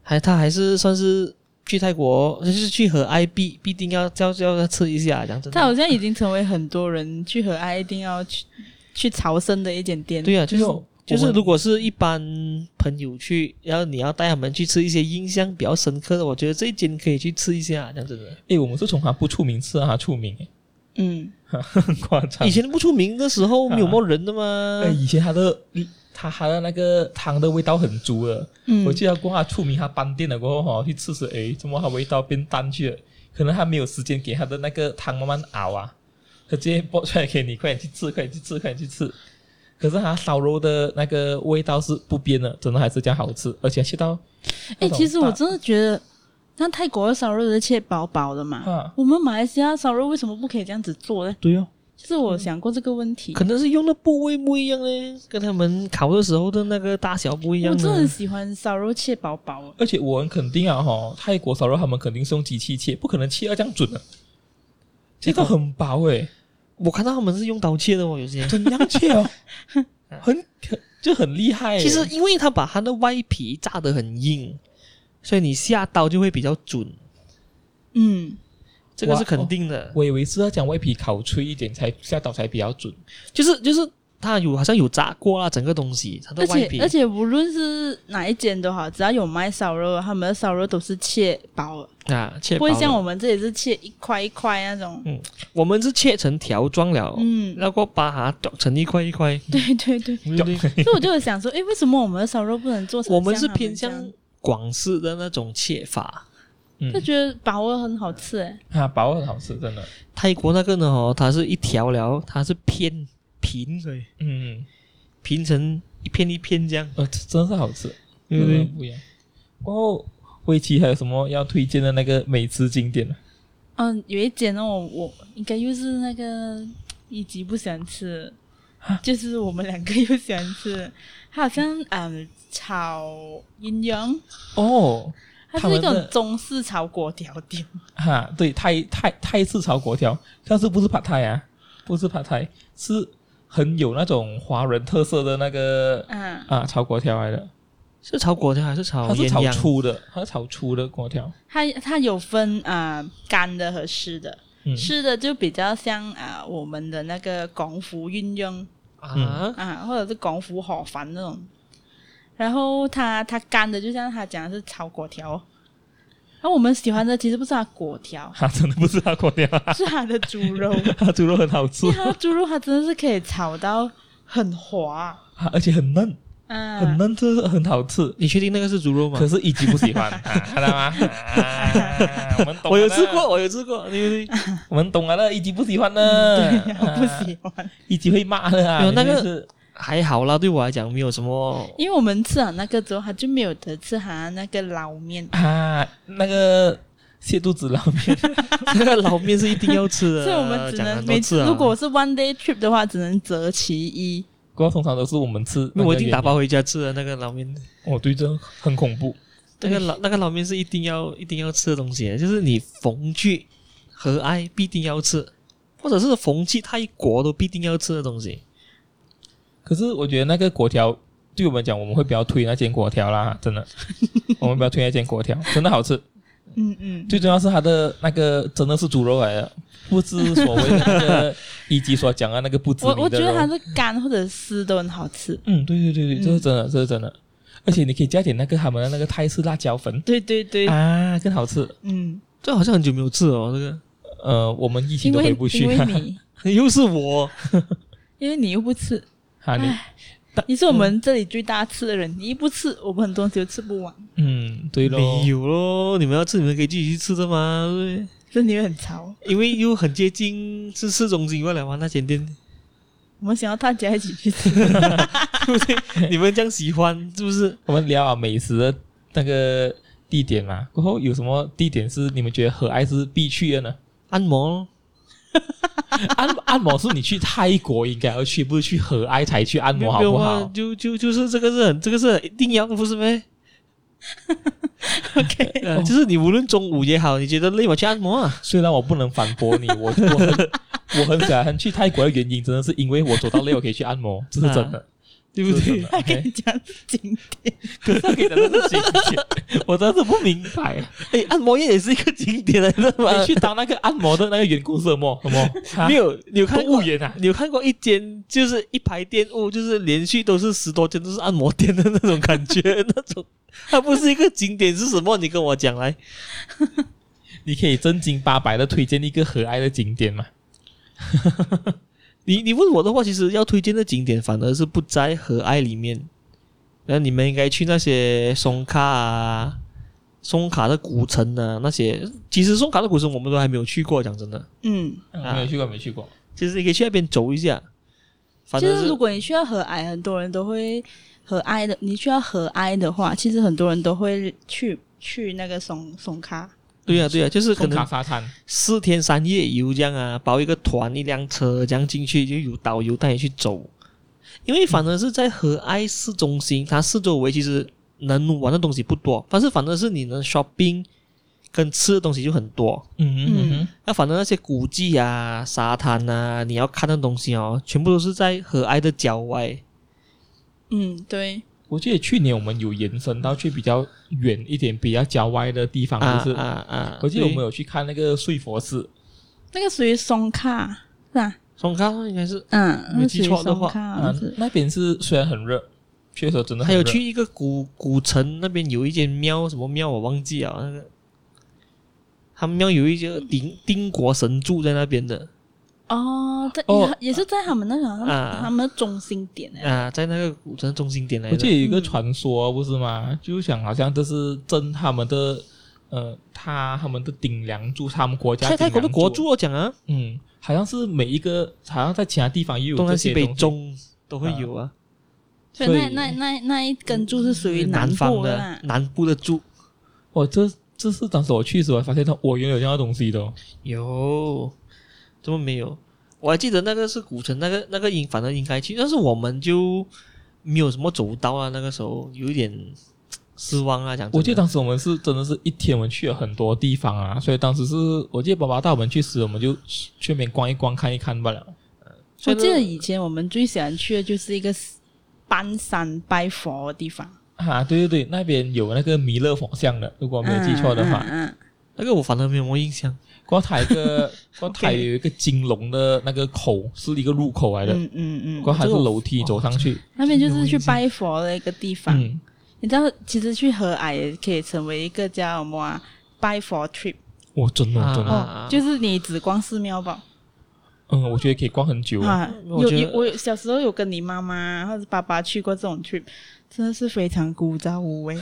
还他还是算是去泰国，就是去和爱必必定要要要要吃一下，讲真它的。好像已经成为很多人去和爱一定要去去朝圣的一间店。对啊，就是我就是，我如果是一般朋友去，然后你要带他们去吃一些印象比较深刻的，我觉得这一间可以去吃一下，讲真的。诶，哎我们是从他不出名吃啊到他出名，诶嗯，很夸张。以前不出名的时候，啊没有么人的嘛呃，。以前他的他他的那个汤的味道很足啊的，嗯我记得过他出名他搬店了过后哈，去吃吃，诶，怎么他味道变淡去了？可能他没有时间给他的那个汤慢慢熬啊，他直接剥出来给你，快点去吃，快点去吃，快点去吃。可是他烧肉的那个味道是不变的，真的还是这样好吃，而且吃到哎、那种其实我大真的觉得，那泰国的烧肉是切薄薄的嗯嘛，啊，我们马来西亚烧肉为什么不可以这样子做呢？对哦，就是我想过这个问题，嗯可能是用的部位不一样呢，跟他们烤的时候的那个大小不一样我呢。真的很喜欢烧肉切薄薄哦。而且我很肯定啊，哈，泰国烧肉他们肯定是用机器切，不可能切到这样准的，切哦到很薄诶、我看到他们是用刀切的哦，有些。怎样切 (laughs) 哦？很很就很厉害耶。哎其实因为它把它的外皮炸得很硬，所以你下刀就会比较准，嗯，这个哇是肯定哦的。我以为是要将外皮烤脆一点才下刀才比较准。就是就是它有好像有炸过啦，整个东西它的而外且皮而且无论是哪一间都好，只要有卖烧肉，他们的烧肉都是切薄的，啊切不会薄像了我们这里是切一块一块那种。我们是切成条状了，嗯， (laughs) 然后把它剁成一块一块。对对对，啊所以我就有想说，哎、为什么我们的烧肉不能做成我们像是他偏这样向广式的那种切法。嗯就，觉得薄的很好吃哎、啊，薄很好吃，真的。泰国那个呢，哦，它是一条了，它是片平的，嗯，平成一片一片这样，呃，这真是好吃，对不真对的？不一样。哦，魏琪还有什么要推荐的那个美食景点呢？嗯，有一间哦，我应该又是那个一级不喜欢吃，就是我们两个又喜欢吃，它好像嗯炒营养，哦，它他是一们种的中式炒粿条店，哈、对，泰泰泰式炒粿条，但是不是 p 泰啊？不是 p 泰，是很有那种华人特色的那个嗯，啊炒粿条来的。是炒粿条还是炒它是哦鸳炒鸯？粗的，它是炒粗的粿条。它它有分啊、呃干的和湿的，嗯，湿的就比较像啊、呃我们的那个广府运用嗯啊，啊，或者是广府河粉那种。然后它它干的，就像他讲的是炒粿条，然后我们喜欢的其实不是它粿条， (laughs) 它真的不是它粿条，是它的猪 (laughs) 肉，它猪肉很好吃因为，它的猪肉它真的是可以炒到很滑，啊 (laughs) 而且很嫩，嗯、很嫩，这是很好吃。你确定那个是猪肉吗可？是一级不喜欢，嗯 (laughs) 啊看到吗？啊我们懂， (laughs) 我有吃过，，我有吃过，对 (laughs) 不对？我们懂了的，一级不喜欢的，嗯对呀、啊不喜欢。一级会骂的啊没有。那个你真的是还好啦，对我来讲没有什么。因为我们吃了那个之后，他就没有得吃他那个捞面，啊，那个泻肚子拉面， (laughs) 这个老面是一定要吃 (laughs) 的，所以我们只讲了能很多每次次啊。如果是 one day trip 的话，只能择其一。不过通常都是我们吃那个原因。我一定打包回家吃的那个老面，哦，对，这很恐怖。那个老那个老面是一定要一定要吃的东西，就是你逢聚和爱必定要吃，或者是逢聚泰国都必定要吃的东西。可是我觉得那个粿条，对我们讲，我们会比较推那间粿条啦，真 (laughs) 的，我们比较推那间粿条，真的好吃。嗯嗯，最重要是它的那个真的是猪肉来的，不是所谓的那个一级所讲的那个不知我名我觉的得它肉。是干或者湿都很好吃。嗯，对对对对，嗯这是真的，这是真的。而且你可以加点那个他们的那个泰式辣椒粉对对对，啊，更好吃。嗯，这好像很久没有吃哦，这呃，我们疫情因都为回不去因为你个 (laughs) 又是我，因为你又不吃， (laughs) 哈你你是我们这里最大吃的人，你一不吃，我们很多东西都吃不完，嗯，对喽。没有咯，你们要吃你们可以自己去吃的嘛，对不所以你会很潮。对因为又很接近是市中心以外了嘛那间 (laughs) 店，我们想要大家一起去吃，对不对？你们这样喜欢是不是？我们聊啊美食的那个地点嘛，过后有什么地点是你们觉得和爱是必去的呢？按摩咯按按摩是你去泰国应该要去，不是去和爱才去按没摩有好没有不啊好？就就就是这个是很这个是很一定要的不是 (laughs) 咩？OK，、呃、就是你无论中午也好，你觉得累我去按摩啊。虽然我不能反驳 (laughs) 你，我我很我很想很去泰国的原因，真的是因为我走到累，我可以去按摩，这是真的，对不这是对真？的他跟你 OK，讲景点，可是我跟你讲这是景点，我真的是不明白。 (laughs) 哎，按摩业也是一个景点来的嘛。你去当那个按摩的那个员工是什么什么？啊没有，你有看动物过？园啊？你有看过一间就是一排店屋，就是连续都是十多间都是按摩店的那种感觉，那种它不是一个景点是什么？你跟我讲来，你可以正经八百的推荐一个和蔼的景点嘛？你你 (laughs) 问我的话，其实要推荐的景点反而是不在和爱里面，然后你们应该去那些松卡啊、松卡的古城啊那些。其实松卡的古城我们都还没有去过，讲真的，嗯，啊没有去过，没去过。其实你可以去那边走一下。反就正是如果你去到和蔼，很多人都会和蔼的。你去到和蔼的话，其实很多人都会去去那个松松咖。对呀、对嗯呀、就是可冲卡能沙滩，四天三夜游这样啊，包一个团一辆车这样进去，就有导游带你去走。因为反而是在和爱市中心，它四周围其实能玩的东西不多，但是反而是你能 shopping 跟吃的东西就很多。嗯嗯哼那反正那些古迹啊、沙滩啊，你要看的东西哦，全部都是在和蔼的郊外。嗯，对，我记得去年我们有延伸到去比较远一点、比较郊外的地方，啊就是、啊啊！我记得我对们有去看那个睡佛寺，那个属于松咖是吧？松康应该是，嗯，那没个记属于错的松话咖好啊像是，那边是虽然很热，去的时候真的嗯还很有热。去一个古古城那边有一间庙，什么庙我忘记了，那个他们庙有一嗯个丁丁国神住在那边的哦，在哦也是在他们那个好啊像他们的中心点哎。啊，在那个古城中心点来我记得的。有一个嗯传说，不是吗？就想好像这是真他们的，呃，他他们的顶梁柱，他们国家泰泰国的顶梁国，柱，我讲啊，嗯，好像是每一个，好像在其他地方也有东这南西些北东西中都会有啊，所以那对那那那一根柱是属啊于南方部的啦。南部的柱哇，哦这这是当时我去的时候发现到，我原来有这样的东西的嗯哦。有，怎么没有？我还记得那个是古城，那个那个应反正应该去，但是我们就没有什么走到啊，那个时候有一点失望啊，讲真的。我记得当时我们是真的是一天，我们去了很多地方啊，所以当时是我记得爸爸带我们去时，我们就去那边逛一逛、看一看罢了。我所以记得呢以前我们最喜欢去的就是一个搬山拜佛的地方，啊，对对对，那边有那个弥勒佛像的，如果我我没有记错的话，嗯，嗯那个我反正没有什么印象。过后它有一个 (laughs) (laughs) 过后它有一个金龙的那个口，是一个入口来的，嗯嗯嗯过后它是这个我楼梯走上去，那边就是有去印象拜佛的一个地方。嗯，你知道，其实去和蔼也可以成为一个叫什么啊？拜佛 trip，、哦我真的啊真的，啊就是你只逛寺庙吧。嗯，我觉得可以逛很久啊。啊，我有觉有得我有小时候有跟你妈妈或者爸爸去过这种 trip，真的是非常枯燥无味。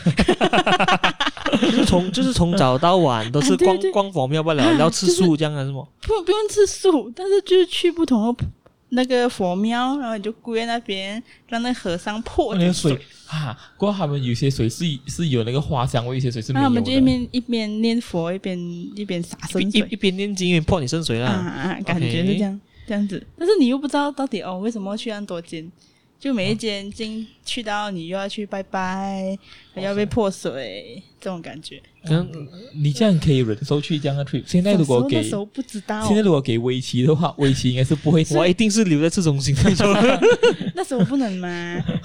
就是从就是从早到晚都是嗯啊对光对啊光佛庙不了，要吃素这样的是吗？啊不不用吃素，但是就是去不同的那个佛庙，然后你就跪在那边，让那和尚泼那你个水啊，不过他们有些水是是有那个花香味，有些水是没那有他的。们就一边一边念佛，一边一边洒一圣一水一边念经一边泼你圣水啊啦。啊，感觉是 OK 这样这样子。但是你又不知道到底哦，为什么去那么多间？就每一间进去到你又要去拜拜，还要被泼水，这种感觉。可能你这样可以忍受去这样的 trip。现在如果小时候给那啊时候不知道，现在如果给围棋的话，围棋应该是 (laughs) 不会我一定是留在市中心啊那时候 (laughs) 不能嘛，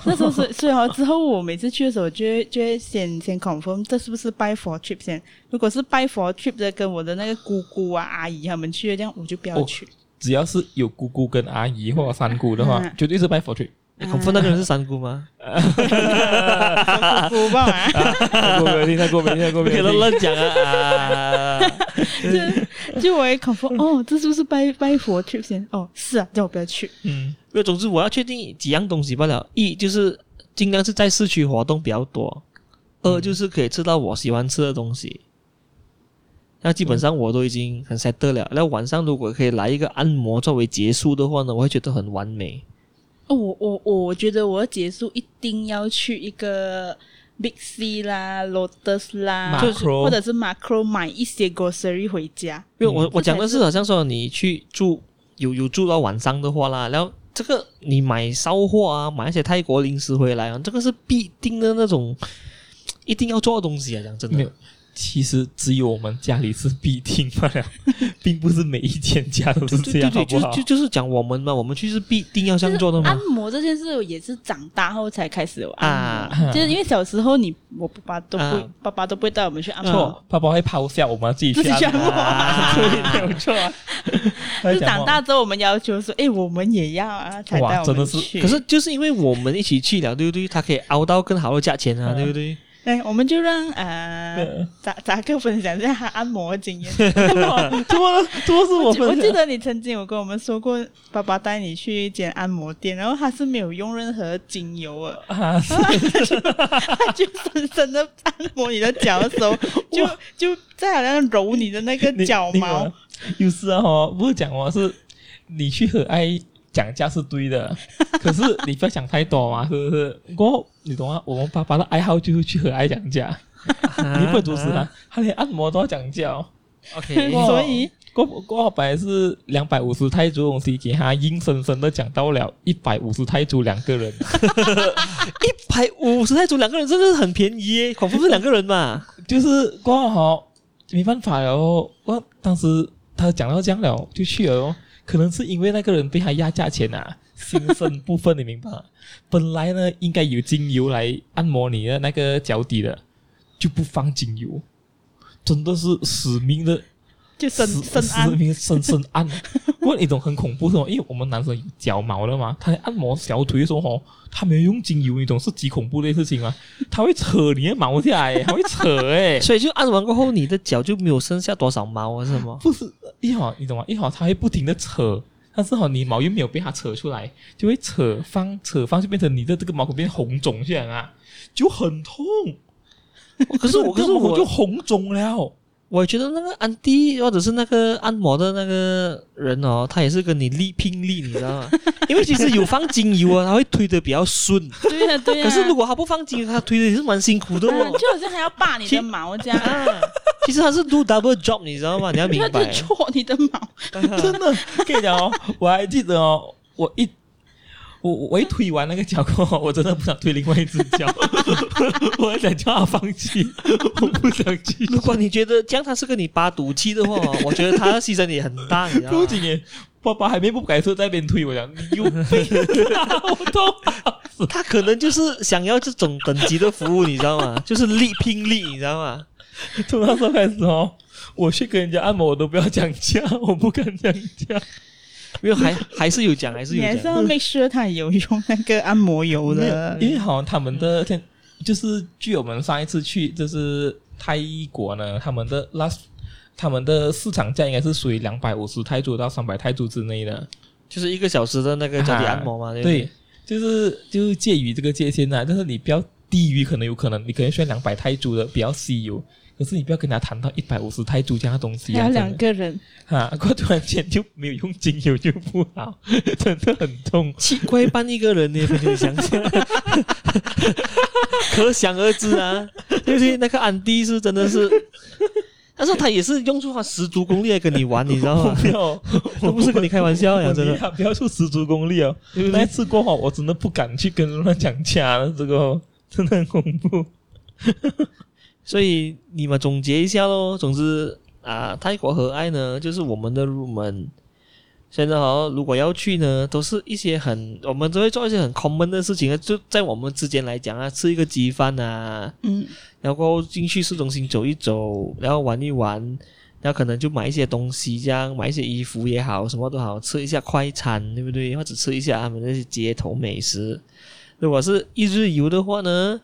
那时候所以所以哦，之后我每次去的时候就会就会先先 confirm 这是不是拜佛 trip 先，如果是拜佛 trip 的，跟我的那个姑姑啊阿姨他们去的，这样我就不要哦去。只要是有姑姑跟阿姨或者三姑的话，嗯绝对是拜佛去。你恐怕那个人是三姑吗？啊 (laughs) 姑姑吧嘛，过没有听到过没有听到过不没 (laughs) 可有听能到？乱讲啊！啊就就我会 (laughs) confirm 哦，这是不是拜拜佛 trip 先？哦，是啊，叫我不要去。嗯，没有，总之我要确定几样东西罢了。一就是尽量是在市区活动比较多，嗯二就是可以吃到我喜欢吃的东西。那基本上我都已经很 set 得了。那晚上如果可以来一个按摩作为结束的话呢，我会觉得很完美。哦，我我我觉得我要结束一定要去一个 Big C 啦、Lotus 啦， Macro 或者是 Macro 买一些 grocery 回家。因为我、嗯我讲的是好像说你去住有有住到晚上的话啦，然后这个你买烧货啊，买一些泰国零食回来啊，这个是必定的那种一定要做的东西啊，讲真没的有。其实只有我们家里是必定罢了，并不是每一间家都是这对样，对好对，不就好？就就是讲我们嘛，我们去是必定要这样做的就是嘛按。摩这件事也是长大后才开始有按 (laughs) 摩，啊就是因为小时候你我爸爸都不、啊爸爸都不会带我们去按摩，错，爸爸会抛下我们自己自己去去按按摩 (laughs) 摩。 (laughs) 对，没有错。 (laughs) 他就讲长话大之后，我们要求说，哎，我们也要啊，才带哇我真们的是去。可是就是因为我们一起去了，对不对？他可以熬到更好的价钱啊，嗯对不对？哎，我们就让呃嗯扎扎克分享一下他按摩的经验。怎么了？怎么是我我记我们记得你曾经有跟我们说过，爸爸带你去一间按摩店，然后他是没有用任何精油的，啊？是他就深深的按摩你的脚的时候，就就在好像揉你的那个你 (laughs) 脚 (laughs) 你毛们。有时啊哦，不是讲哦，是你去和爱讲价是对的，可是你不要想太多嘛，是不是？不过你懂啊，我们爸爸的爱好就是去和爱讲价， (laughs) 啊你不能阻止他，他连按摩都要讲价、哦。 (laughs) OK，哇所以过过本来是两百五十泰铢的东西，给他硬生生的讲到了一百五十泰铢两个人，一百五十泰铢两个人真的是很便宜耶，恐怕是两个人嘛。 (laughs) 就是过好没办法了哦。我当时他讲到这样了，就去了哦。可能是因为那个人被他压价钱 (laughs) 啊，心生不忿，你明白吗？本来呢应该有精油来按摩你的那个脚底的，就不放精油，真的是死命的就深死深死按，命深深 (laughs) 按。不过一种很恐怖是什么？因为我们男生有脚毛的嘛，他在按摩小腿的时候哦，他没有用精油，你懂是极恐怖的事情吗？ (laughs) 他会扯你的毛下来，他会扯哎、所以就按完过后，你的脚就没有剩下多少毛啊，是 (laughs) 吗？不是一会儿你懂吗？一会儿他会不停的扯，但是哈、哦你毛又没有被他扯出来，就会扯方扯方就变成你的这个毛孔变红肿起来啊，就很痛。可是我，可是我就我就红肿了。我觉得那个安迪或者是那个按摩的那个人哦，他也是跟你力拼力，你知道吗？ (laughs) 因为其实有放精油啊，他会推的比较顺。对呀 (laughs) 对呀。可是如果他不放精油，他推的也是蛮辛苦的啊哦。 (laughs) 就好像还要拔你的毛这样，啊，其实他是 do double job，你知道吗？你要 (laughs) 明他白就，戳你的毛， (laughs) 真的跟你讲哦，我还记得哦，我一我我一推完那个脚过后，我真的不想推另外一只脚， (laughs) 我还想叫他放弃， (laughs) 我不想去。如果你觉得这样他是跟你扒赌气的话哦，我觉得他的牺牲也很大，你知道不 (laughs) 吗？仅耶，爸爸还面不改色在那边推我讲，你有病啊，我痛。他可能就是想要这种等级的服务，你知 (laughs) 道吗？就是力拼力，你知道吗？ (laughs) 从那时候开始哦，我去跟人家按摩我都不要讲价，我不敢讲价。因为还还是有讲，还是你有还讲是。要 make sure 他有用那个按摩油的因为好像他们的天，就是据我们上一次去，就是泰国呢，他们的 last。他们的市场价应该是属于两百五十泰铢到三百泰铢之内的，就是一个小时的那个脚底按摩嘛，对不对对，就是就是介于这个界限呐、但是你不要低于，可能有可能你可能选两百泰铢的比较稀有，可是你不要跟他谈到一百五十泰铢这样的东西啊，还真有的两个人，啊，过突然间就没有用精油就不好，真的很痛。奇怪，搬一个人呢，朋友想想， (laughs) 可想而知啊，对不对？那个安迪是真的是，但是他也是用出他十足功力来跟你玩，你知道我 (laughs) 吗？不要，这不是跟你开玩笑呀，真的。的，不要出十足功力哦。 (laughs) 对不那一对？次过后，我真的不敢去跟人家讲价了，这个 (laughs) 哦真的很恐怖。所以你们总结一下喽。总之啊，泰国和爱呢，就是我们的入门。现在好，如果要去呢，都是一些很，我们都会做一些很 common 的事情啊，就在我们之间来讲啊，吃一个鸡饭啊，嗯，然后进去市中心走一走，然后玩一玩，然后可能就买一些东西，这样买一些衣服也好，什么都好，吃一下快餐，对不对？或者吃一下他们那些街头美食。如果是一日游的话呢，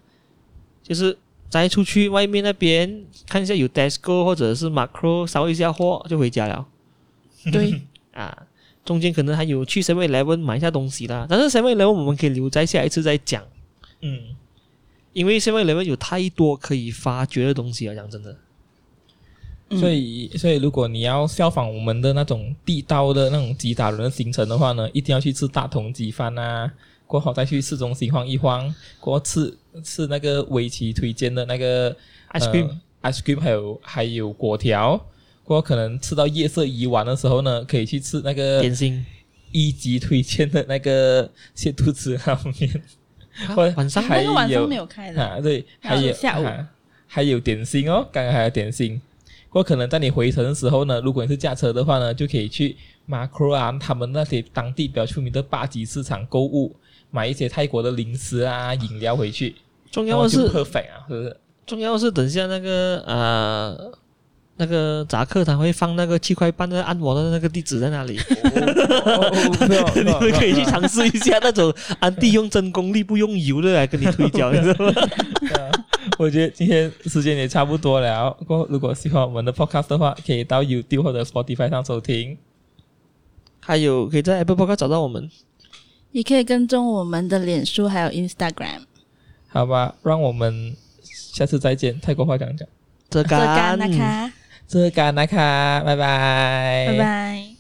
就是再出去外面那边看一下有 Tesco 或者是 Macro 扫一下货就回家了 (laughs) 对，啊。中间可能还有去 Seven Eleven 买一下东西啦，但是 Seven Eleven 我们可以留在下一次再讲。嗯，因为 Seven Eleven 有太多可以发掘的东西了，讲真的。嗯所以所以如果你要效仿我们的那种地道的那种吉打人的行程的话呢，一定要去吃大同鸡饭啊，过后再去市中心晃一晃，过后吃吃那个围棋推荐的那个 ice cream、呃、ice cream 还有还有果条。过后可能吃到夜色已晚的时候呢，可以去吃那个点心，一级推荐的那个蟹肚子拉面。或者啊晚上还那个晚有上没有开的，啊，对，还有然后下午啊还有点心哦，刚刚还有点心。不过可能在你回程的时候呢，如果你是驾车的话呢，就可以去马库啊，他们那些当地比较出名的八级市场购物，买一些泰国的零食啊、饮料回去。重然要后的就是 perfect 啊，是不是？重要的是等一下那个呃那个扎克他会放那个七块半的按摩的那个地址在哪 (laughs) 里，你 (laughs) 你们可以去尝试一下那种安迪用真功力不用油的来跟你推销，你知 (laughs) 道吗？我觉得今天时间也差不多了。过后如果喜欢我们的 podcast 的话，可以到 YouTube 或者 Spotify 上收听。还有可以在 Apple Podcast 找到我们，也可以跟踪我们的脸书还有 Instagram。好吧，让我们下次再见。泰国话讲讲，这做干干那卡，这个那卡，拜拜，拜拜。